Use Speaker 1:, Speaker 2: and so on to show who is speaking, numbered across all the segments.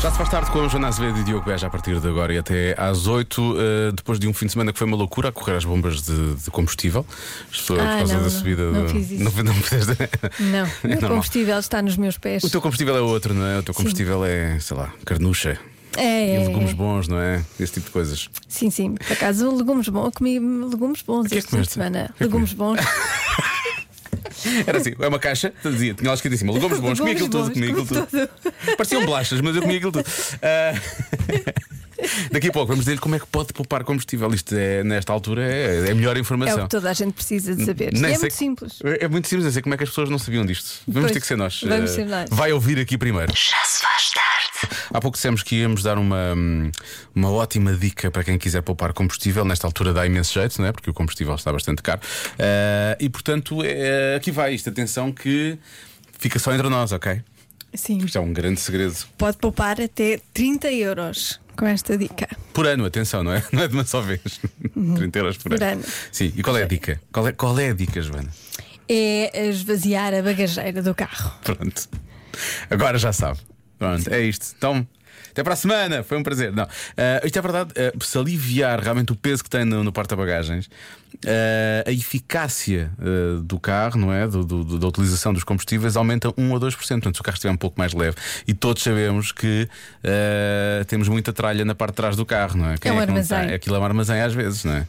Speaker 1: Já se faz tarde com a Joana Azevedo e Diogo Beja a partir de agora e até às 8, eh, depois de um fim de semana que foi uma loucura a correr as bombas de, de combustível. As pessoas,
Speaker 2: Ah,
Speaker 1: por causa
Speaker 2: não,
Speaker 1: da
Speaker 2: não,
Speaker 1: subida
Speaker 2: não
Speaker 1: do.
Speaker 2: fiz isso.
Speaker 1: Não, não fizeste.
Speaker 2: Não, o
Speaker 1: É
Speaker 2: meu
Speaker 1: normal.
Speaker 2: combustível está nos meus pés.
Speaker 1: O teu combustível é outro, não é? O teu combustível é, sei lá, carnucha.
Speaker 2: É,
Speaker 1: E
Speaker 2: é,
Speaker 1: legumes
Speaker 2: é.
Speaker 1: bons, não é? Esse tipo de coisas.
Speaker 2: Sim, sim. Por acaso, legumes bons. Eu comi legumes bons
Speaker 1: que é que
Speaker 2: este fim de
Speaker 1: comeste?
Speaker 2: semana.
Speaker 1: O que é que
Speaker 2: Legumes bons.
Speaker 1: Era assim, é uma caixa, dizia, tinha lá escrito em cima, legumes bons, comia aquilo tudo,
Speaker 2: Legumes
Speaker 1: comia aquilo
Speaker 2: bons, É
Speaker 1: tudo. Pareciam bolachas, mas eu comia aquilo tudo. Ah, Daqui a pouco vamos dizer como é que pode poupar combustível. Isto é, nesta altura, é, é a melhor
Speaker 2: É
Speaker 1: informação.
Speaker 2: o que toda a gente precisa de saber. E
Speaker 1: Nem
Speaker 2: é
Speaker 1: sei-
Speaker 2: muito simples.
Speaker 1: É, é muito simples, não sei como é que as pessoas não sabiam disto. Vamos
Speaker 2: Pois,
Speaker 1: ter que ser nós.
Speaker 2: vamos
Speaker 1: Eh,
Speaker 2: ser nós.
Speaker 1: Vai ouvir aqui primeiro.
Speaker 3: Já se faz tarde.
Speaker 1: Há pouco dissemos que íamos dar uma, hum, uma ótima dica para quem quiser poupar combustível. Nesta altura dá imenso jeito, não é? Porque o combustível está bastante caro. Eh, e portanto, eh, aqui vai isto. Atenção que fica só entre nós, ok?
Speaker 2: Sim.
Speaker 1: Isto é um grande segredo.
Speaker 2: Pode poupar até 30 euros com esta dica.
Speaker 1: Por ano, atenção, não é? Não é de uma só vez. 30 euros por,
Speaker 2: Por ano.
Speaker 1: Sim, e qual é a dica? Qual é, qual é a dica, Joana?
Speaker 2: É esvaziar a bagageira do carro.
Speaker 1: Pronto. Agora já sabe. Pronto, é isto. Então, até para a semana. Foi um prazer. Não. ah, isto é verdade. ah, se aliviar realmente o peso que tem no, no porta-bagagens, ah, a eficácia ah, do carro, não é? Do- do- do- da utilização dos combustíveis, aumenta 1 ou 2%. Portanto, se o carro estiver um pouco mais leve. E todos sabemos que ah, temos muita tralha na parte de trás do carro, não é? Quem
Speaker 2: É um
Speaker 1: que não
Speaker 2: armazém.
Speaker 1: tem? Aquilo é um armazém às vezes, não é?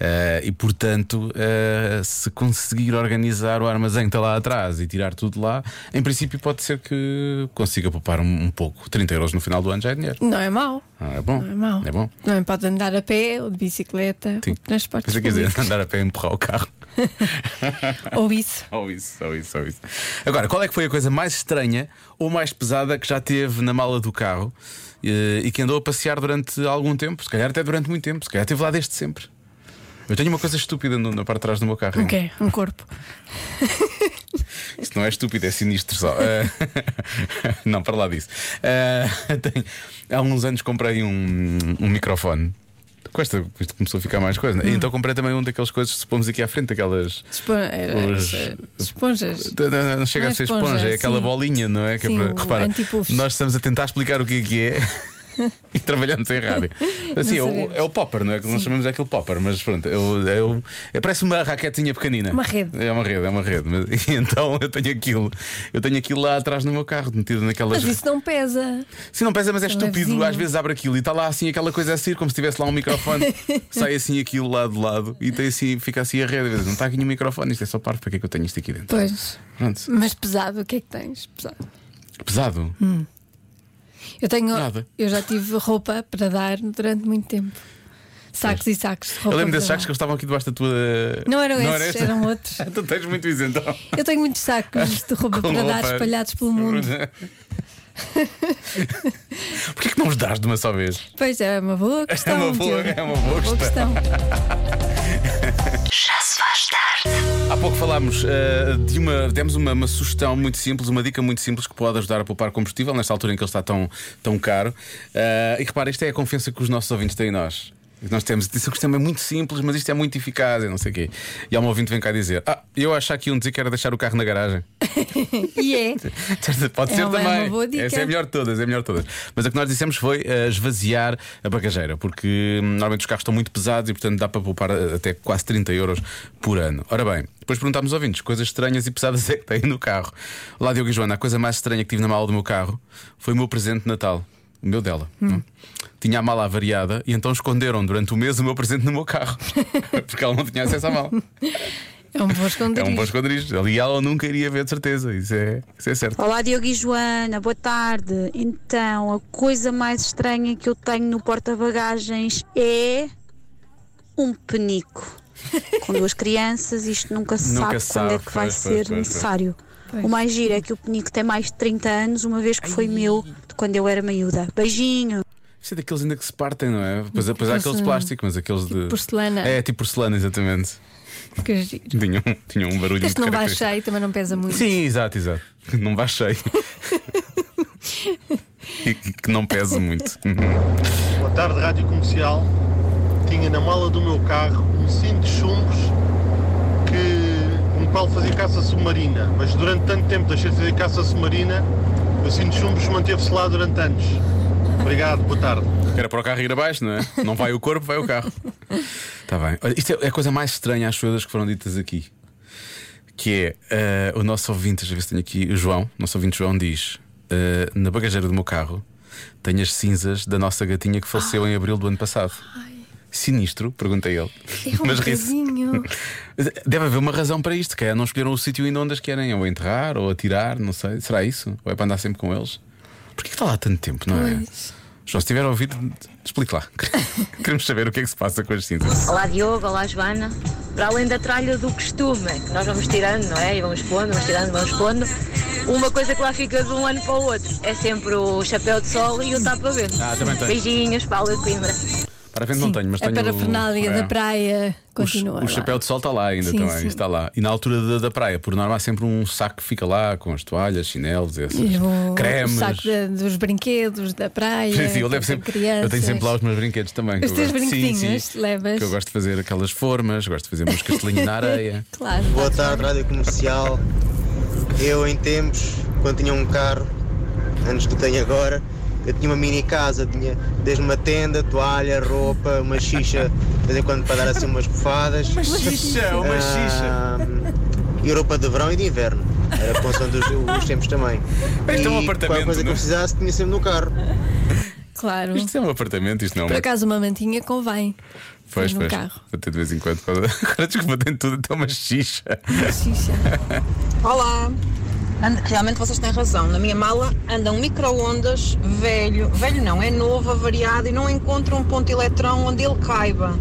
Speaker 1: Eh, e portanto, eh, se conseguir organizar o armazém que está lá atrás e tirar tudo lá, em princípio pode ser que consiga poupar um, um pouco. 30 euros no final do ano já é dinheiro.
Speaker 2: Não é mau.
Speaker 1: Ah, é bom.
Speaker 2: Não é mau.
Speaker 1: É bom.
Speaker 2: Também pode andar a pé ou de bicicleta
Speaker 1: Sim.
Speaker 2: ou de transportes
Speaker 1: Pensei que ia dizer,
Speaker 2: públicos.
Speaker 1: andar a pé e empurrar o carro.
Speaker 2: Ou isso.
Speaker 1: Ou isso, ou isso, ou isso. Agora, qual é que foi a coisa mais estranha ou mais pesada que já teve na mala do carro eh, e que andou a passear durante algum tempo? Se calhar até durante muito tempo, se calhar teve lá desde sempre. Eu tenho uma coisa estúpida no- na parte de trás do meu carro.
Speaker 2: Um quê? Um corpo.
Speaker 1: Isto não é estúpido, é sinistro só. Eh, não, para lá disso. Eh, tem- há uns anos comprei um, um microfone. Com esta, isto começou a ficar mais coisa. né? E Então comprei também um daqueles coisas que se pomos aqui à frente, aquelas.
Speaker 2: Espo- eh,
Speaker 1: Os-
Speaker 2: eh, Esponjas.
Speaker 1: Não, não, não chega
Speaker 2: Não
Speaker 1: a
Speaker 2: é
Speaker 1: ser
Speaker 2: esponja,
Speaker 1: esponja, é aquela
Speaker 2: sim.
Speaker 1: bolinha, não é? Que é
Speaker 2: Sim, tipo
Speaker 1: para-
Speaker 2: o
Speaker 1: repara,
Speaker 2: antipuffs.
Speaker 1: nós estamos a tentar explicar o que é que é. E trabalhamos em rádio. Assim, é o,
Speaker 2: sabemos.
Speaker 1: é o popper, não é? Que nós chamamos aquele popper, mas pronto, eu, eu, é- parece uma raquetinha pequenina.
Speaker 2: Uma rede.
Speaker 1: É uma rede, é uma rede. Mas- e então eu tenho aquilo, eu tenho aquilo lá atrás no meu carro, metido naquelas.
Speaker 2: Mas isso um não pesa.
Speaker 1: Se não pesa, mas é estúpido,
Speaker 2: levezinho.
Speaker 1: às vezes abre aquilo e está lá assim aquela coisa a sair, como se tivesse lá um microfone, sai assim aquilo lá de lado e tem assim, fica assim a rede. Às vezes, Não está aqui nenhum microfone, isto é só parte, para que é que eu tenho isto aqui dentro?
Speaker 2: Pois.
Speaker 1: Pronto.
Speaker 2: Mas pesado, o que é que tens? Pesado.
Speaker 1: Pesado?
Speaker 2: Eu tenho.
Speaker 1: Nada.
Speaker 2: Eu já tive roupa para dar durante muito tempo. Sacos e sacos de roupa.
Speaker 1: eu lembro desses
Speaker 2: para
Speaker 1: sacos que
Speaker 2: dar.
Speaker 1: eles estavam aqui debaixo da tua.
Speaker 2: Não eram
Speaker 1: era
Speaker 2: esses,
Speaker 1: esta?
Speaker 2: eram outros.
Speaker 1: tu tens muito isso então.
Speaker 2: Eu tenho muitos sacos de roupa
Speaker 1: Com
Speaker 2: para dar
Speaker 1: roupa.
Speaker 2: espalhados pelo mundo.
Speaker 1: Porquê que não os dás de uma só vez?
Speaker 2: Pois é, é uma boa questão.
Speaker 1: uma boa-
Speaker 2: Diogo.
Speaker 1: é uma boa questão.
Speaker 3: Já se faz tarde.
Speaker 1: Há pouco falámos eh, de uma. Demos uma, uma sugestão muito simples, uma dica muito simples que pode ajudar a poupar combustível nesta altura em que ele está tão, tão caro. Eh, e repara, isto é a confiança que os nossos ouvintes têm em nós. Nós temos, disse que isto é muito simples, mas isto é muito eficaz, eu não sei o quê. E há um ouvinte que vem cá dizer: Ah, eu achar que iam dizer que era deixar o carro na garagem.
Speaker 2: E é.
Speaker 1: Pode
Speaker 2: É
Speaker 1: ser
Speaker 2: uma- é
Speaker 1: também.
Speaker 2: uma boa dica.
Speaker 1: Essa é a melhor de todas, é a melhor de todas. Mas a que nós dissemos foi eh, esvaziar a bagageira, porque hum, normalmente os carros estão muito pesados e, portanto, dá para poupar eh, até quase 30 euros por ano. Ora bem, depois perguntámos aos ouvintes: coisas estranhas e pesadas é que têm no carro. Olá, Diogo e Joana, a coisa mais estranha que tive na mala do meu carro foi o meu presente de Natal, o meu dela.
Speaker 2: Hum.
Speaker 1: não? é? Tinha a mala avariada e então esconderam durante o mês o meu presente no meu carro, porque ela não tinha acesso à mala.
Speaker 2: É um bom
Speaker 1: É
Speaker 2: esconderijo.
Speaker 1: um bom esconderijo. Ali ela nunca iria ver, de certeza. Isso é, isso é certo.
Speaker 4: Olá Diogo e Joana, boa tarde. Então, a coisa mais estranha que eu tenho no porta-bagagens é um penico. Com duas crianças, isto nunca se
Speaker 1: Nunca
Speaker 4: sabe
Speaker 1: se
Speaker 4: quando é
Speaker 1: sabe,
Speaker 4: que vai
Speaker 1: pois, pois,
Speaker 4: ser
Speaker 1: pois, pois.
Speaker 4: necessário. O mais giro é que o penico tem mais de 30 anos, uma vez que foi meu de quando eu era miúda. Beijinho.
Speaker 1: Isso é daqueles ainda que se partem, não é? Pois, pois há aqueles de plástico, mas aqueles de.
Speaker 2: Tipo porcelana.
Speaker 1: É, tipo porcelana, exatamente.
Speaker 2: Que giro.
Speaker 1: Tinham, tinham um barulho
Speaker 2: Este
Speaker 1: muito
Speaker 2: não vai
Speaker 1: característico.
Speaker 2: cheio, também não pesa muito.
Speaker 1: Sim, exato, exato. Que Não vá cheio. e que que não pese muito.
Speaker 5: Boa tarde, Rádio Comercial. Tinha na mala do meu carro um cinto de chumbos que, no qual fazia caça submarina, mas durante tanto tempo deixei de fazer caça submarina, o cinto de chumbos manteve-se lá durante anos. Obrigado, boa tarde.
Speaker 1: Era para o carro ir abaixo, não é? Não vai o corpo, vai o carro. Está bem. Olha, isto é é a coisa mais estranha, acho eu, das que foram ditas aqui. Que é eh, o nosso ouvinte, deixa eu ver se tenho aqui, o João, nosso ouvinte João diz: eh, na bagageira do meu carro tenho as cinzas da nossa gatinha que faleceu em abril do ano passado. Sinistro, perguntei ele.
Speaker 2: É um
Speaker 1: Mas ri-se.
Speaker 2: pezinho.
Speaker 1: Deve haver uma razão para isto, que é não escolheram o sítio ainda onde as querem, ou enterrar, ou atirar, não sei. Será isso? Ou é para andar sempre com eles? Porquê que está lá tanto tempo, não é?
Speaker 2: Pois.
Speaker 1: João, se tiver a ouvir, explique lá. Queremos saber o que é que se passa com as cinzas.
Speaker 6: Olá Diogo, olá Joana. Para além da tralha do costume, que nós vamos tirando, não é? E vamos pondo, vamos tirando, vamos pondo. Uma coisa que lá fica de um ano para o outro é sempre o chapéu de sol e o tapa-vento.
Speaker 1: Ah, também tem.
Speaker 6: Beijinhos, Paula de Coimbra.
Speaker 1: Para a não tenho, mas
Speaker 2: a
Speaker 1: tenho.
Speaker 2: parafernália
Speaker 1: é.
Speaker 2: da praia
Speaker 1: O-
Speaker 2: continua.
Speaker 1: O, chapéu de sol está lá ainda
Speaker 2: Sim,
Speaker 1: também,
Speaker 2: sim.
Speaker 1: está lá. E na altura da, da praia, por norma, há sempre um saco que fica lá com as toalhas, chinelos, esses
Speaker 2: E Tipo, o
Speaker 1: cremes.
Speaker 2: saco da- dos brinquedos, da praia.
Speaker 1: Sim, sim, eu, levo
Speaker 2: com
Speaker 1: sempre,
Speaker 2: crianças.
Speaker 1: eu tenho sempre lá os meus brinquedos também. que
Speaker 2: Os
Speaker 1: eu
Speaker 2: teus
Speaker 1: gosto- sim,
Speaker 2: brinquedinhos,
Speaker 1: sim,
Speaker 2: levas?
Speaker 1: Que eu gosto de fazer aquelas formas, gosto de fazer meus castelinhos na areia.
Speaker 2: Claro.
Speaker 7: Boa tarde, Rádio Comercial. Eu, em tempos, quando tinha um carro, antes do que tenho agora, eu tinha uma mini casa, tinha desde uma tenda, toalha, roupa, uma xixa, de vez em quando para dar assim umas bufadas. Uma
Speaker 1: xixa, é uma xixa.
Speaker 7: E roupa de verão e de inverno. Era a função dos, os tempos também.
Speaker 1: Este é um
Speaker 7: e
Speaker 1: apartamento,
Speaker 7: qualquer coisa que
Speaker 1: não é?
Speaker 7: eu precisasse, tinha sempre no carro.
Speaker 2: Claro.
Speaker 1: Isto é um apartamento, isto não é
Speaker 2: Por
Speaker 1: uma
Speaker 2: acaso, uma mantinha convém.
Speaker 1: Pois,
Speaker 2: no
Speaker 1: pois.
Speaker 2: carro.
Speaker 1: Até de vez em quando. Agora desculpa, tem tudo até uma xixa.
Speaker 2: Xixa.
Speaker 8: Olá! And- realmente vocês têm razão. Na minha mala andam micro-ondas velho, velho não, é novo, avariado e não encontro um ponto eletrão onde ele caiba.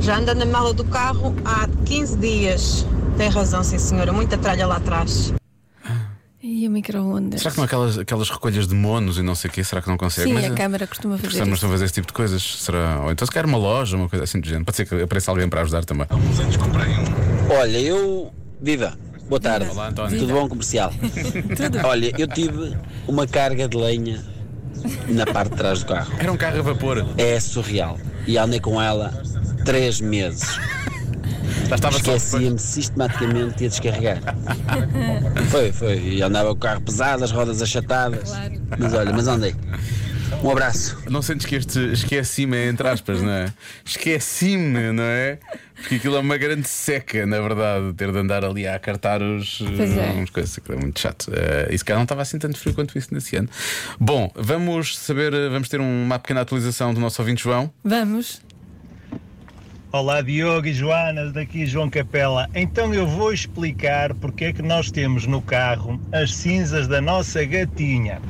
Speaker 8: Já anda na mala do carro há 15 dias. Tem razão, sim senhora, muita tralha lá atrás.
Speaker 2: E o micro-ondas.
Speaker 1: Será que não há aquelas, aquelas recolhas de monos e não sei o quê? Será que não consegue?
Speaker 2: Sim,
Speaker 1: Mas,
Speaker 2: a
Speaker 1: eh,
Speaker 2: câmara costuma fazer
Speaker 1: Estamos
Speaker 2: isso.
Speaker 1: a fazer esse tipo de coisas. Será? Ou então se calhar uma loja, uma coisa assim do género. Pode ser que apareça alguém para ajudar também.
Speaker 9: Olha, eu. Viva! Boa tarde.
Speaker 1: Olá, António.
Speaker 9: Tudo bom, comercial? Olha, eu tive uma carga de lenha na parte de trás do carro.
Speaker 1: Era um carro a vapor.
Speaker 9: É surreal. E andei com ela três meses.
Speaker 1: Já estava só depois.
Speaker 9: Esquecia-me sistematicamente de a descarregar. Foi, foi. E andava com o carro pesado, as rodas achatadas. Mas olha, mas andei. Um abraço.
Speaker 1: Não sentes que este esqueci-me é entre aspas, não é? Esqueci-me, não é? Porque aquilo é uma grande seca, na verdade, ter de andar ali a acartar os.
Speaker 2: Pois é.
Speaker 1: uns coisas que é muito chato. Eh, e se calhar não estava assim tanto frio quanto isso nesse ano. Bom, vamos saber, eh, vamos ter uma pequena atualização do nosso ouvinte João.
Speaker 2: Vamos.
Speaker 10: Olá Diogo e Joanas, daqui João Capela. Então eu vou explicar porque é que nós temos no carro as cinzas da nossa gatinha.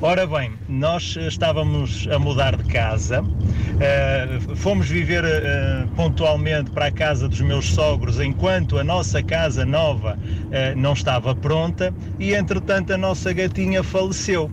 Speaker 10: Ora bem, nós eh, estávamos a mudar de casa, eh, fomos viver eh, pontualmente para a casa dos meus sogros enquanto a nossa casa nova eh, não estava pronta e entretanto a nossa gatinha faleceu.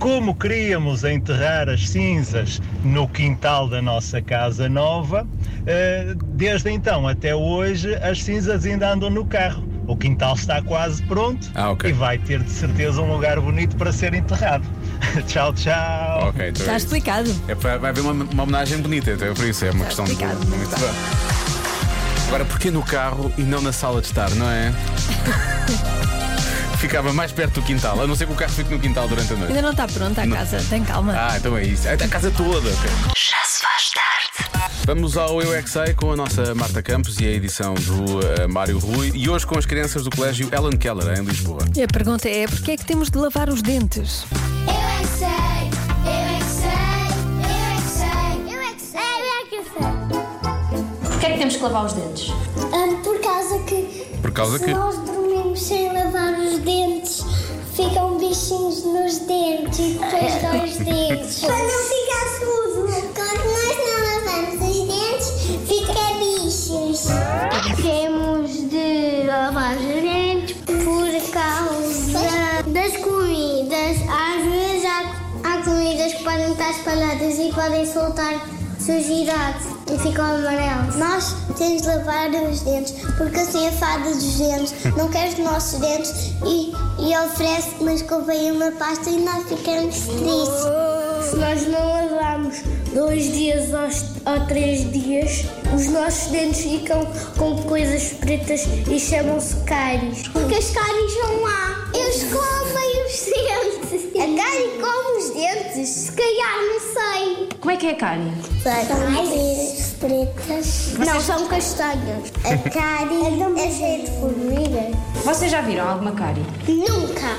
Speaker 10: Como queríamos enterrar as cinzas no quintal da nossa casa nova, eh, desde então até hoje as cinzas ainda andam no carro. O quintal está quase pronto
Speaker 1: Ah, ok.
Speaker 10: e vai ter de certeza um lugar bonito para ser enterrado. tchau, tchau.
Speaker 1: Ok, então
Speaker 2: Está
Speaker 1: é isso.
Speaker 2: explicado.
Speaker 1: É para, vai haver uma, uma homenagem bonita, então é por isso, é uma questão de.
Speaker 2: explicado,
Speaker 1: Muito bem. Agora, porquê no carro e não na sala de estar, não é? Ficava mais perto do quintal, a não ser que o carro fique no quintal durante a noite.
Speaker 2: Ainda não está pronta a casa. Tem calma.
Speaker 1: Ah, então é isso. É a casa toda. ok.
Speaker 3: Já se faz tarde.
Speaker 1: Vamos ao Eu é Que Sei com a nossa Marta Campos e a edição do eh, Mário Rui. E hoje com as crianças do colégio Ellen Keller, em Lisboa.
Speaker 2: E a pergunta é: porquê é que temos de lavar os dentes?
Speaker 11: Eu é que sei, eu é que sei, eu é que sei, eu é que sei, eu é que sei.
Speaker 12: Porquê é que temos que lavar os dentes?
Speaker 11: Hum, por causa que.
Speaker 1: Por causa
Speaker 11: se
Speaker 1: que-
Speaker 11: nós dormimos sem lavar os dentes, ficam bichinhos nos dentes e depois dão os dentes. Quando fica sujo. Quando nós não lavamos os dentes, fica bichos. Temos de lavar os dentes por causa das comidas. Às vezes há, há podem estar espalhadas e podem soltar sujidade e ficam amarelos. Nós temos de lavar os dentes, porque assim a fada dos dentes não quer os nossos dentes e, e oferece uma escova e uma pasta e nós ficamos tristes.
Speaker 13: Se nós não lavarmos dois dias ou, ou três dias, os nossos dentes ficam com coisas pretas e chamam-se cáries.
Speaker 11: Porque as cáries vão lá. Eles comem os dentes. A cárie come os dentes. Se calhar, não sei.
Speaker 12: Como é que é a cárie?
Speaker 11: São pretas. Não, são castanhas. A cárie é cheia de formigas.
Speaker 12: Vocês já viram alguma cárie?
Speaker 11: Nunca.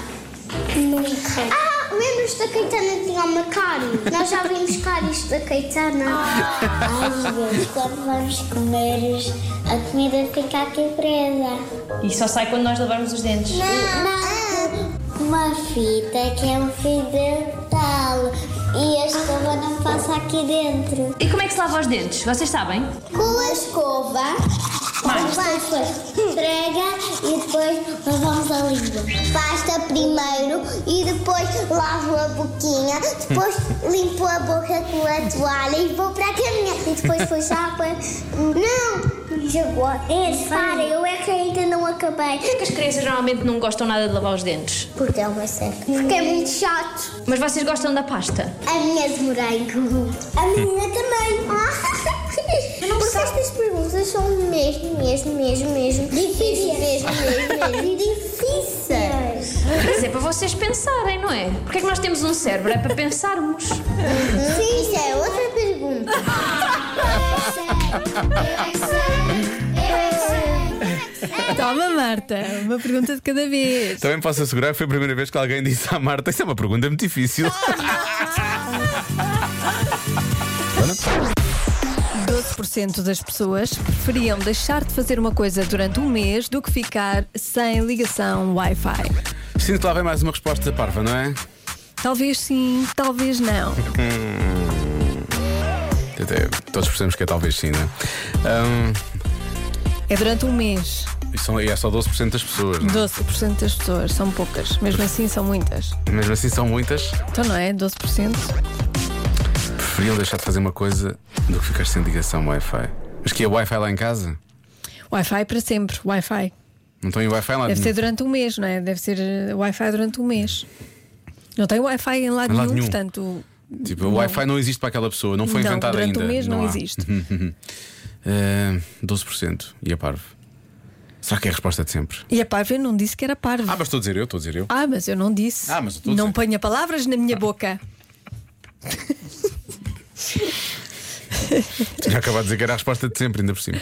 Speaker 11: Nunca. Ah, lembras da Caetana tinha uma cárie? Nós já vimos cáries da Caetana. Ai, Ah, Deus, quando vamos comer a comida fica aqui presa.
Speaker 12: E só sai quando nós lavarmos os dentes.
Speaker 11: Não. Uma fita que é um fio dental e a escova não passa aqui dentro.
Speaker 12: E como é que se lava os dentes? Vocês sabem?
Speaker 11: Com a escova, depois esfrega e depois lavamos a língua. Pasta primeiro e depois lavo a boquinha, depois limpo a boca com a toalha e vou para a caminha. E depois foi água. Não! Jaguar. É, para, eu é que ainda não acabei.
Speaker 12: Porquê é que as crianças normalmente não gostam nada de lavar os dentes?
Speaker 11: Porque é uma seca. Porque é muito chato.
Speaker 12: Mas vocês gostam da pasta?
Speaker 11: A minha de morango. A minha também. Porque estas perguntas são mesmo, mesmo, mesmo, mesmo. Difíceis. Mesmo, mesmo, mesmo. Difíceis.
Speaker 12: Mas é para vocês pensarem, não é? Porquê é que nós temos um cérebro? É para pensarmos.
Speaker 11: Sim, isso é outra pergunta.
Speaker 2: Toma, Marta, uma pergunta de cada vez.
Speaker 1: Também posso assegurar que foi a primeira vez que alguém disse à Marta: Isso é uma pergunta muito difícil.
Speaker 2: 12% das pessoas preferiam deixar de fazer uma coisa durante um mês do que ficar sem ligação Wi-Fi.
Speaker 1: Sinto que lá vem mais uma resposta da parva, não é?
Speaker 2: Talvez sim, talvez não.
Speaker 1: Hum. Até- todos percebemos que é talvez sim, não é? Hum,
Speaker 2: É durante um mês.
Speaker 1: e são- e é só 12% das pessoas, né? não
Speaker 2: 12% das pessoas, são poucas. Mesmo assim, são muitas.
Speaker 1: é? Mesmo assim, são muitas.
Speaker 2: Então, não é? 12%?
Speaker 1: Preferiam deixar de fazer uma coisa do que ficar sem ligação Wi-Fi. Mas que é Wi-Fi lá em casa?
Speaker 2: Wi-Fi para sempre, Wi-Fi.
Speaker 1: Ah, Não tem Wi-Fi lá
Speaker 2: Deve
Speaker 1: de-
Speaker 2: ser durante um mês, não é? Deve ser eh, Wi-Fi durante um mês. Não tem Wi-Fi em lado,
Speaker 1: Em lado
Speaker 2: nenhum,
Speaker 1: nenhum.
Speaker 2: portanto.
Speaker 1: Tipo,
Speaker 2: não.
Speaker 1: o Wi-Fi não existe para aquela pessoa, não foi
Speaker 2: Não,
Speaker 1: inventado
Speaker 2: durante
Speaker 1: ainda.
Speaker 2: um mês não
Speaker 1: há. Uhum.
Speaker 2: existe.
Speaker 1: Eh, 12% e a parvo. Será que é a resposta de sempre?
Speaker 2: E a parva eu não disse que era parva.
Speaker 1: Ah, mas estou a dizer eu, estou a dizer eu.
Speaker 2: Ah, mas eu não disse.
Speaker 1: Ah, mas Ah. eu estou a
Speaker 2: não ponha palavras na minha boca.
Speaker 1: Tinha acabado de dizer que era a resposta de sempre, ainda por cima.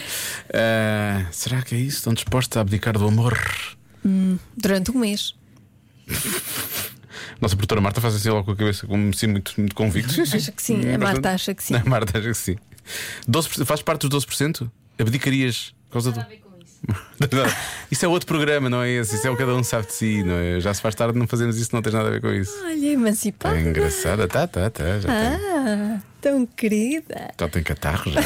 Speaker 1: Eh, será que é isso? Estão dispostos a abdicar do amor?
Speaker 2: Hum, durante um mês.
Speaker 1: Nossa produtora Marta faz assim logo com a cabeça, como se muito, muito convicto.
Speaker 2: Acha que sim,
Speaker 1: Hum,
Speaker 2: a Marta acha que sim.
Speaker 1: A Marta acha que sim. 12%, faz parte dos 12%? Abdicarias? por Causa do... Nada. isso é outro programa, não é esse? Isso é o cada um sabe de si, não é? Já se faz tarde, não fazemos isso, não tens nada a ver com isso.
Speaker 2: Olha, emancipada.
Speaker 1: É engraçada, tá, tá, tá. Já, tem,
Speaker 2: Ah, tão querida.
Speaker 1: já tem catarro já.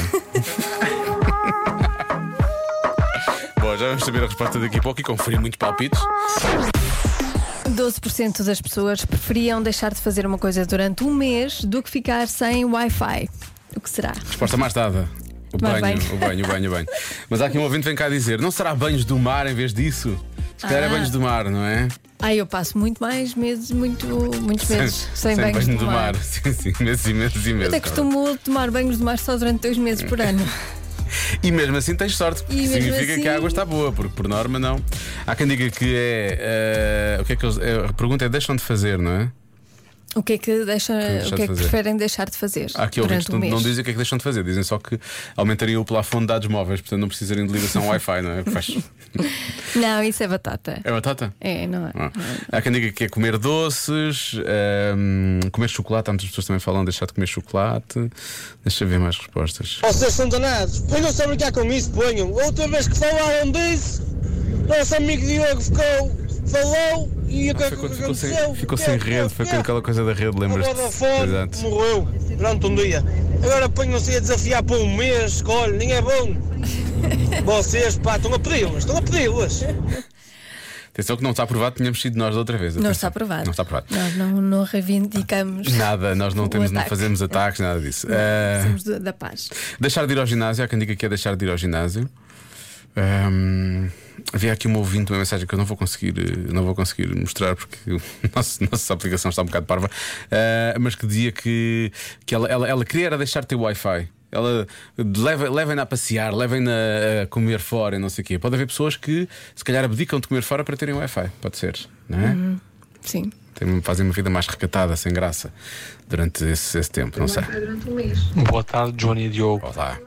Speaker 1: Bom, já vamos saber a resposta daqui a pouco e conferir muitos palpites.
Speaker 2: 12% das pessoas preferiam deixar de fazer uma coisa durante um mês do que ficar sem Wi-Fi. O que será?
Speaker 1: Resposta mais dada. O
Speaker 2: Tomar
Speaker 1: banho,
Speaker 2: banho.
Speaker 1: o banho, o banho, o banho. Mas há aqui um ouvinte que vem cá dizer: não será banhos do mar em vez disso? Se calhar é
Speaker 2: Ah.
Speaker 1: banhos do mar, não é?
Speaker 2: Ai, eu passo muito mais meses, muito, muitos meses sem, banhos
Speaker 1: banho
Speaker 2: de
Speaker 1: do mar. Sim, sim, meses e meses e
Speaker 2: Eu
Speaker 1: meses.
Speaker 2: até costumo tomar banhos de mar só durante dois meses por ano.
Speaker 1: E mesmo assim tens sorte, porque
Speaker 2: mesmo
Speaker 1: significa
Speaker 2: assim-
Speaker 1: que a água está boa, porque por norma não. Há quem diga que é. eh, o que é que eles. eh, a pergunta é: deixam de fazer, não é?
Speaker 2: O que é que,
Speaker 1: deixar
Speaker 2: deixa, o que, é
Speaker 1: de
Speaker 2: que
Speaker 1: fazer?
Speaker 2: preferem deixar de fazer
Speaker 1: Há aqui ouvintes
Speaker 2: durante
Speaker 1: que
Speaker 2: um
Speaker 1: não,
Speaker 2: mês?
Speaker 1: não dizem o que é que deixam de fazer, dizem só que aumentaria o plafond de dados móveis, portanto não precisariam de ligação Wi-Fi, não é? Faz.
Speaker 2: Não, isso é batata.
Speaker 1: É batata?
Speaker 2: É, não é?
Speaker 1: Ah. Há quem diga que é comer doces, ahm, comer chocolate. Há muitas pessoas também falam de deixar de comer chocolate. Deixa eu ver mais respostas.
Speaker 14: Vocês são danados. Ponham-se a brincar com isso, ponham. A Outra vez que falaram disso, nosso amigo Diogo ficou, falou e o que é que
Speaker 1: Ficou, ficou
Speaker 14: aconteceu? é
Speaker 1: sem, ficou sem rede, foi com aquela coisa da rede,
Speaker 14: O
Speaker 1: lembras-te?
Speaker 14: Vodafone
Speaker 1: Exato.
Speaker 14: morreu durante um dia. Agora ponham-se a desafiar por um mês, que, olha, nem é bom. Vocês, pá, estão a pedi-las, estão a pedi-las.
Speaker 1: Atenção que não está aprovado, tínhamos sido nós da outra vez.
Speaker 2: Não
Speaker 1: atenção.
Speaker 2: está aprovado.
Speaker 1: Não está aprovado.
Speaker 2: Nós não, não reivindicamos.
Speaker 1: Nada, nós não,
Speaker 2: O
Speaker 1: temos, não
Speaker 2: ataque.
Speaker 1: fazemos ataques, nada disso. Ah,
Speaker 2: Somos do- da paz.
Speaker 1: Deixar de ir ao ginásio, há quem diga que é deixar de ir ao ginásio. Ahm, havia aqui uma ouvinte, uma mensagem que eu não vou conseguir, eh, não vou conseguir mostrar porque o nosso- nossa aplicação está um bocado parva, Ah, mas que dizia que, que ela, ela, ela queria era deixar de ter Wi-Fi. Ela leva- levem-na a passear, levem-na a comer fora e não sei o quê. Pode haver pessoas que se calhar abdicam de comer fora para terem Wi-Fi, pode ser, não é?
Speaker 2: Uhum. Sim.
Speaker 1: Tem- Fazem uma vida mais recatada, sem graça, durante esse, esse tempo, não sei.
Speaker 2: Durante um mês.
Speaker 15: Boa tarde, Johnny e Diogo.
Speaker 1: Olá.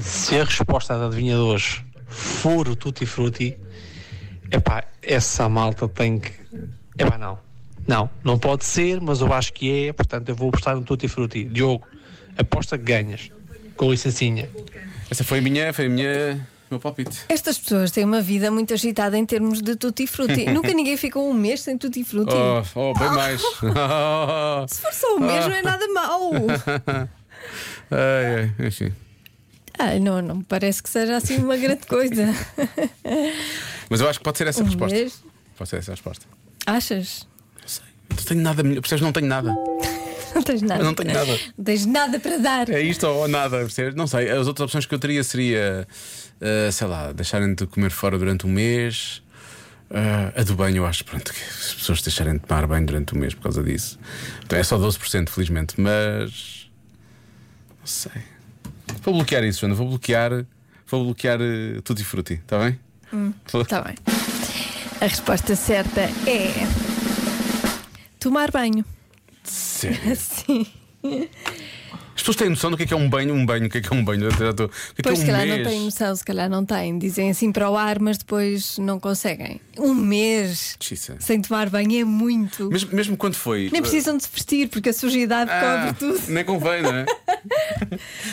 Speaker 15: Se a resposta da adivinha de hoje for o Tutti Frutti, epá, essa malta tem que. Epá, não. Não, não pode ser, mas eu acho que é, portanto eu vou apostar no Tutti Frutti. Diogo, aposta que ganhas. Com assim. licencinha.
Speaker 1: Essa foi a minha, foi a minha, meu palpite.
Speaker 2: Estas pessoas têm uma vida muito agitada em termos de tutti-frutti. Nunca ninguém ficou um mês sem tutti-frutti.
Speaker 1: Oh, oh, bem mais. Oh.
Speaker 2: Se for só um mês, não é nada mau.
Speaker 1: ai, ai, enfim.
Speaker 2: Ah, não, não me parece que seja assim uma grande coisa.
Speaker 1: Mas eu acho que pode ser essa a
Speaker 2: Um
Speaker 1: resposta.
Speaker 2: mês?
Speaker 1: Pode ser essa a resposta.
Speaker 2: Achas?
Speaker 1: Não tenho nada melhor, percebes? Não tenho nada.
Speaker 2: Não tens nada.
Speaker 1: Eu não tenho nada.
Speaker 2: Não tens nada para dar.
Speaker 1: É isto ou nada, percebes? Não sei. As outras opções que eu teria seria, ah, sei lá, deixarem de comer fora durante um mês. Ah, a do banho, eu acho, pronto, que as pessoas deixarem de tomar banho durante um mês por causa disso. Então, é só 12%, felizmente, mas. Não sei. Vou bloquear isso, Joana. Vou bloquear. Vou bloquear eh, Tutti Frutti, está bem?
Speaker 2: Hum, Tá bem. A resposta certa é. Tomar banho.
Speaker 1: Sério.
Speaker 2: Sim.
Speaker 1: As pessoas têm noção do que é, que é um banho, um banho, o que é, que é um banho? Eu já estou- o que é, que é
Speaker 2: Pois,
Speaker 1: um
Speaker 2: se calhar
Speaker 1: mês?
Speaker 2: não têm noção, se calhar não têm. Dizem assim para o ar, mas depois não conseguem. Um mês
Speaker 1: Xisa.
Speaker 2: sem tomar banho é muito.
Speaker 1: Mesmo, mesmo quando foi.
Speaker 2: Nem precisam de se vestir, porque a sujidade
Speaker 1: eh, Ah,
Speaker 2: cobre tudo.
Speaker 1: Nem convém, não é?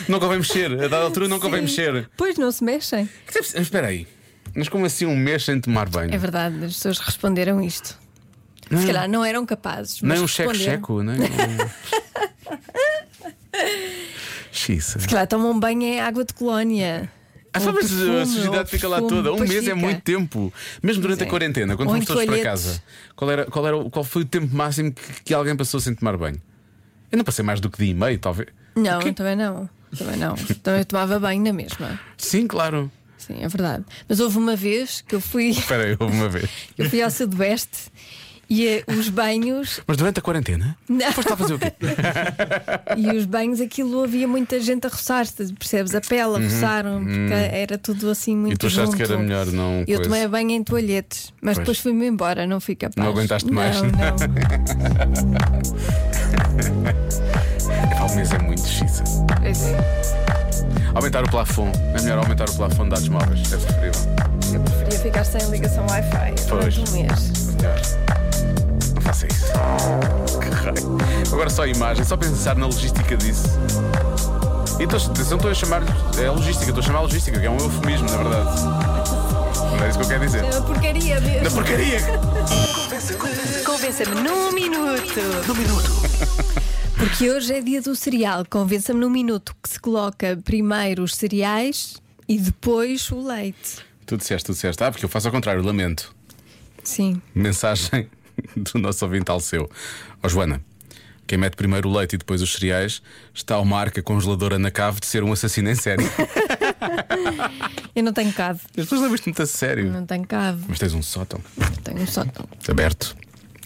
Speaker 1: não convém mexer. A dada altura não convém
Speaker 2: Sim.
Speaker 1: mexer.
Speaker 2: Pois não se mexem.
Speaker 1: Mas espera aí. Mas como assim um mês sem tomar banho?
Speaker 2: É verdade, as pessoas responderam isto.
Speaker 1: Não.
Speaker 2: Se calhar não eram capazes.
Speaker 1: Nem
Speaker 2: mas
Speaker 1: um checo-checo, não é? Xisa.
Speaker 2: Se calhar tomam banho em água de colónia.
Speaker 1: Ah,
Speaker 2: Ou
Speaker 1: mas
Speaker 2: perfume,
Speaker 1: a
Speaker 2: ou
Speaker 1: sujidade fica lá
Speaker 2: perfume,
Speaker 1: toda. Um
Speaker 2: pois
Speaker 1: mês é
Speaker 2: fica.
Speaker 1: muito tempo. Mesmo durante
Speaker 2: é.
Speaker 1: a quarentena, quando
Speaker 2: Ou
Speaker 1: fomos
Speaker 2: em
Speaker 1: todos para
Speaker 2: toalhetes.
Speaker 1: casa, qual, era, qual, era, o- qual foi o tempo máximo que, que alguém passou sem tomar banho? Eu não passei mais do que dia e meio, talvez.
Speaker 2: Não, também não. Também não. Também eu tomava banho na mesma.
Speaker 1: Sim, claro.
Speaker 2: Sim, é verdade. Mas houve uma vez que eu fui,
Speaker 1: Espera aí, houve uma vez.
Speaker 2: eu fui ao Sudoeste e eh, os banhos.
Speaker 1: Mas durante a quarentena?
Speaker 2: Não.
Speaker 1: Foste lá fazer o quê?
Speaker 2: E os banhos, aquilo havia muita gente a roçar-se, percebes? A pele a
Speaker 1: Uhum,
Speaker 2: roçaram,
Speaker 1: uhum.
Speaker 2: porque era tudo assim muito
Speaker 1: e tu achaste
Speaker 2: junto.
Speaker 1: que era melhor não.
Speaker 2: Eu
Speaker 1: coisa.
Speaker 2: tomei banho em toalhetes, mas
Speaker 1: Pois.
Speaker 2: depois fui-me embora, não fui capaz.
Speaker 1: Não aguentaste mais.
Speaker 2: Não, não.
Speaker 1: Epá, um mês é muito xisa.
Speaker 2: Pois é,
Speaker 1: Aumentar o plafond. É melhor aumentar o plafond de dados móveis. É preferível.
Speaker 2: eu preferia ficar sem ligação Wi-Fi
Speaker 1: Pois.
Speaker 2: durante um mês.
Speaker 1: Melhor. Não faça isso. Que raio. Agora só a imagem, só pensar na logística disso. E então, estou, atenção, estou a chamar. É logística, estou a chamar logística, que é um eufemismo, na verdade. Não é isso que eu quero dizer.
Speaker 2: É uma porcaria mesmo.
Speaker 1: Na porcaria.
Speaker 2: Convença-me num minuto. Num minuto. Porque hoje é dia do cereal. Convença-me num minuto que se coloca primeiro os cereais e depois o leite.
Speaker 1: Tu disseste, tu disseste. Ah, porque eu faço ao contrário, lamento.
Speaker 2: Sim.
Speaker 1: Mensagem do nosso ouvinte ao seu. Ó Joana, quem mete primeiro o leite e depois os cereais está uma arca congeladora na cave de ser um assassino em série.
Speaker 2: Eu não tenho cave.
Speaker 1: As pessoas levam isto muito a sério.
Speaker 2: Não tenho cave.
Speaker 1: Mas tens um sótão
Speaker 2: Tenho um sótão.
Speaker 1: aberto.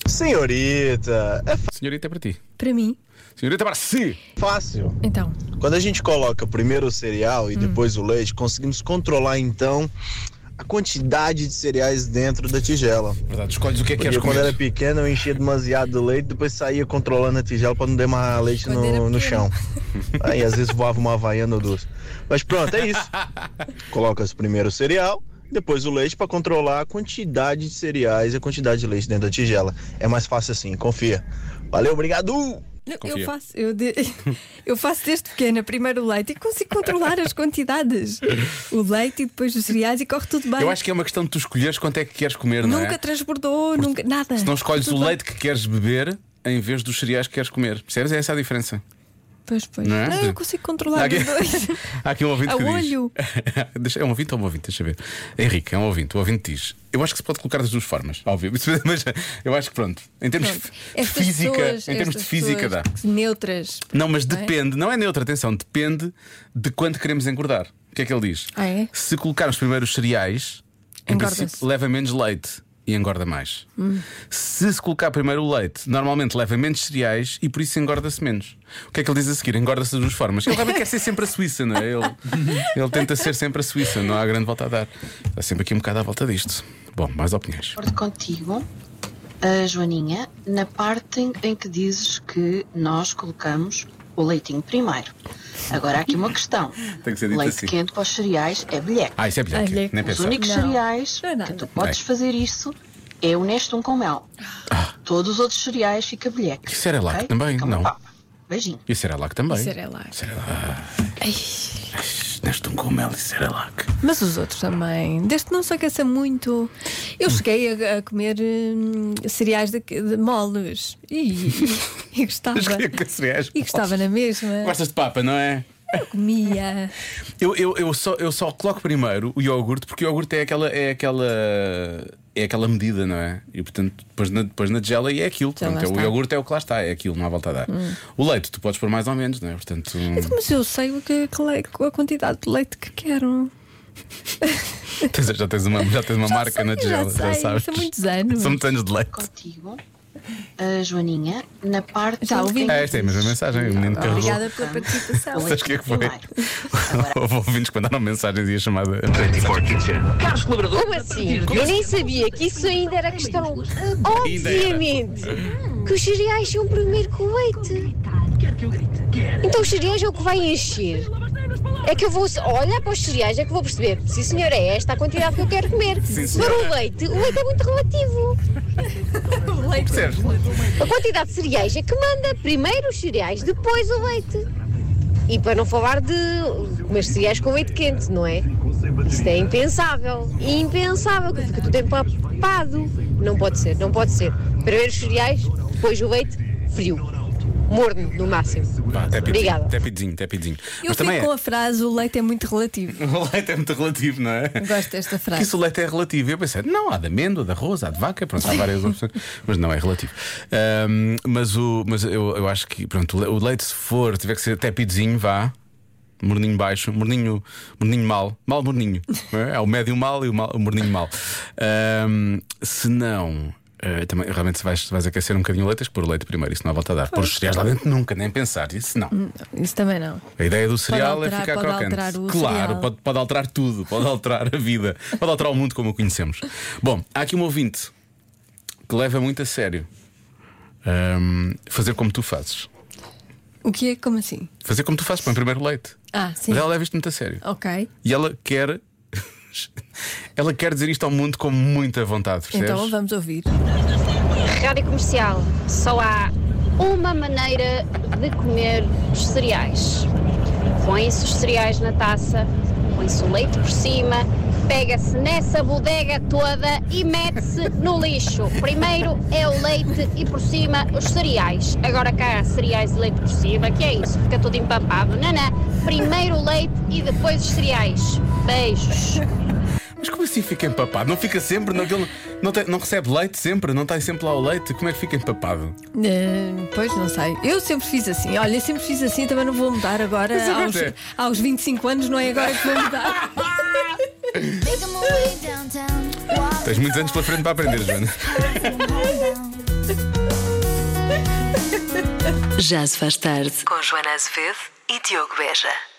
Speaker 7: Senhorita, é
Speaker 1: Senhorita é para ti.
Speaker 2: Para mim,
Speaker 1: Senhorita para si.
Speaker 7: fácil.
Speaker 2: então.
Speaker 7: Quando a gente coloca primeiro o cereal
Speaker 15: Hum.
Speaker 7: e depois o leite, conseguimos controlar então a quantidade de cereais dentro da tigela.
Speaker 1: Verdade, escolhes o que é que queres
Speaker 7: Porque quando
Speaker 1: comer.
Speaker 7: era pequeno eu enchia demasiado do leite, depois saía controlando a tigela para não demarrar leite no, no chão. Aí às vezes voava uma havaiana ou duas. Mas pronto, é isso. Coloca-se primeiro o cereal, depois o leite para controlar a quantidade de cereais e a quantidade de leite dentro da tigela. É mais fácil assim, confia. Valeu, obrigado!
Speaker 2: Não, Eu
Speaker 7: Confia.
Speaker 2: faço, eu, de- eu faço desde pequena primeiro o leite e consigo controlar as quantidades. O leite e depois os cereais e corre tudo bem.
Speaker 1: Eu acho que é uma questão de tu escolheres quanto é que queres comer, não
Speaker 2: nunca
Speaker 1: é?
Speaker 2: transbordou, nunca nada.
Speaker 1: Se não escolhes
Speaker 2: Tudo
Speaker 1: o
Speaker 2: bem.
Speaker 1: leite que queres beber em vez dos cereais que queres comer. Percebes? É essa a diferença.
Speaker 2: Pois, pois.
Speaker 1: Não é?
Speaker 2: Não, eu consigo controlar
Speaker 1: Há
Speaker 2: os dois.
Speaker 1: Há aqui um ouvinte
Speaker 2: A
Speaker 1: que diz.
Speaker 2: olho.
Speaker 1: Deixa- é um ouvinte ou um ouvinte? Deixa eu ver. Henrique, é um ouvinte. O ouvinte diz. Eu acho que se pode colocar das duas formas, óbvio. Mas eu acho que pronto. Em termos
Speaker 2: Pronto.
Speaker 1: de
Speaker 2: Estas
Speaker 1: física,
Speaker 2: pessoas,
Speaker 1: em termos de
Speaker 2: estas
Speaker 1: física dá.
Speaker 2: pessoas Neutras.
Speaker 1: Não, mas
Speaker 2: Não é?
Speaker 1: depende, não é neutra, atenção, depende de quanto queremos engordar. O que é que ele diz?
Speaker 2: Ah, é?
Speaker 1: Se colocarmos primeiro os cereais, em
Speaker 2: Engorda-se.
Speaker 1: princípio leva menos leite e engorda mais.
Speaker 2: Hum.
Speaker 1: Se se colocar primeiro o leite, normalmente leva menos cereais e por isso engorda-se menos. O que é que ele diz a seguir? Engorda-se das duas formas. Ele realmente quer ser sempre a Suíça, não é? Ele, ele tenta ser sempre a Suíça, não há grande volta a dar. Está sempre aqui um bocado à volta disto. Bom, mais opiniões.
Speaker 16: Concordo contigo, ah, Joaninha, na parte em, em que dizes que nós colocamos o leitinho primeiro. Agora há aqui uma questão.
Speaker 1: Tem que ser dito
Speaker 16: Leite
Speaker 1: assim.
Speaker 16: quente para os cereais é bilheque.
Speaker 1: Ah, isso é bilheque, Bilheque. nem
Speaker 16: Os
Speaker 1: pensar.
Speaker 16: únicos
Speaker 1: Não,
Speaker 16: cereais que tu podes
Speaker 1: Bem. Ah.
Speaker 16: fazer isso é o Nestum com mel. Todos os outros cereais fica bilheque.
Speaker 1: Isso era lá
Speaker 16: ok?
Speaker 1: que também, não.
Speaker 16: Beijinho.
Speaker 1: Isso era lá que também.
Speaker 16: Isso era lá.
Speaker 1: Isso era lá. Neste um com mel, isso era lá que.
Speaker 2: Mas os outros também. Desde que não se aqueça muito. Eu
Speaker 1: Hum.
Speaker 2: cheguei a, a comer hum, cereais de, de moles e, e- e gostava. E gostava na mesma.
Speaker 1: Gostas de papa, não é?
Speaker 2: Eu comia.
Speaker 1: Eu, eu, eu, só, eu só coloco primeiro o iogurte, porque o iogurte é aquela. É aquela... É aquela medida, não é? E portanto, depois na, depois na tigela e é aquilo.
Speaker 2: Já lá
Speaker 1: Portanto, é o
Speaker 2: está.
Speaker 1: iogurte é o que lá está, é aquilo, não há volta a dar.
Speaker 2: Hum.
Speaker 1: O leite, tu podes pôr mais ou menos, não é? Portanto,
Speaker 2: Mas eu sei o que, que le- a quantidade de leite que quero.
Speaker 1: tens- já tens uma, já tens uma
Speaker 2: é Já
Speaker 1: marca
Speaker 2: sei,
Speaker 1: na tigela,
Speaker 2: já sei, é
Speaker 1: sabes.
Speaker 2: são muitos anos.
Speaker 1: São muitos anos de leite.
Speaker 16: Contigo, ah, Joaninha, na parte.
Speaker 2: Já ouvi.
Speaker 1: É, esta é a mesma mensagem, o menino carregou.
Speaker 2: Obrigada pela participação.
Speaker 1: Sabes o que é que foi? Houve ouvintes que mandaram mensagens e a chamada. 24 Kitchen.
Speaker 17: Carlos Labrador. Como assim? Eu nem sabia que isso ainda era questão. Obviamente que os cereais são primeiro com leite. Então os cereais é o que vai encher. É que eu vou olhar para os cereais, é que vou perceber. Sim, senhora, é esta a quantidade que eu quero comer. Para o leite, o leite é muito relativo.
Speaker 1: Percebes?
Speaker 17: A quantidade de cereais é que manda. Primeiro os cereais, depois o leite. E para não falar de comer cereais com leite quente, não é? Isto é impensável. Impensável, que fica tudo empapado. Não pode ser, não pode ser. Primeiro os cereais, depois o leite, frio. Morno, no máximo.
Speaker 1: Pá, até
Speaker 17: Obrigada.
Speaker 1: pidinho, até pidinho, até pidinho.
Speaker 2: Eu
Speaker 1: Mas
Speaker 2: fico
Speaker 1: também é.
Speaker 2: com a frase: o leite é muito relativo.
Speaker 1: O leite é muito relativo, não é?
Speaker 2: Gosto desta
Speaker 1: Porque
Speaker 2: frase.
Speaker 1: isso o leite é relativo. Eu pensei, não, há de amêndoa, de arroz, há de vaca, pronto, há várias opções, mas não é relativo. Ahm, mas o, mas eu, eu acho que, pronto, o le- o leite, se for, tiver que ser até pidezinho, vá. Morninho baixo, morninho, morninho mal, mal morninho. não É, Há o médio mal e o, mal, o morninho mal. Ahm, se não, eh, também, realmente se vais, se vais aquecer um bocadinho o leite, tens que pôr o leite primeiro, isso não há volta a dar. Pôr os cereais lá dentro nunca, nem pensar, isso não.
Speaker 2: Hum, Isso também não.
Speaker 1: A ideia do cereal
Speaker 2: alterar-
Speaker 1: é ficar
Speaker 2: pode alterar
Speaker 1: crocante.
Speaker 2: o
Speaker 1: claro,
Speaker 2: cereal.
Speaker 1: Pode, pode alterar tudo, pode alterar a vida, pode alterar o mundo como o conhecemos. Bom, há aqui um ouvinte que leva muito a sério hum, fazer como tu fazes.
Speaker 2: O que é? Como assim?
Speaker 1: Fazer como tu fazes, põe primeiro leite.
Speaker 2: Ah, sim.
Speaker 1: Mas ela leva isto muito a sério.
Speaker 2: Ok.
Speaker 1: E ela quer. ela quer dizer isto ao mundo com muita vontade, percebes?
Speaker 2: Então vamos ouvir.
Speaker 18: Rádio Comercial, só há uma maneira de comer os cereais. Põe-se os cereais na taça, põe-se o leite por cima, pega-se nessa bodega toda e mete-se no lixo. Primeiro é o leite e por cima os cereais. Agora cá há cereais e leite por cima, que é isso, fica tudo empapado. Nanã, primeiro o leite e depois os cereais. Beijos.
Speaker 1: Mas como assim fica empapado? Não fica sempre naquele. Não, tem- não recebe leite sempre? Não está sempre lá o leite? Como é que fica empapado?
Speaker 2: Eh, pois, não sei. Eu sempre fiz assim. Olha, eu sempre fiz assim, também não vou mudar agora.
Speaker 1: Mas agora
Speaker 2: Aos,
Speaker 1: é.
Speaker 2: aos 25 anos, não é agora que vou mudar.
Speaker 1: Tens muitos anos pela frente para aprender, Joana.
Speaker 3: Já se faz tarde com Joana Azevedo e Diogo Beja.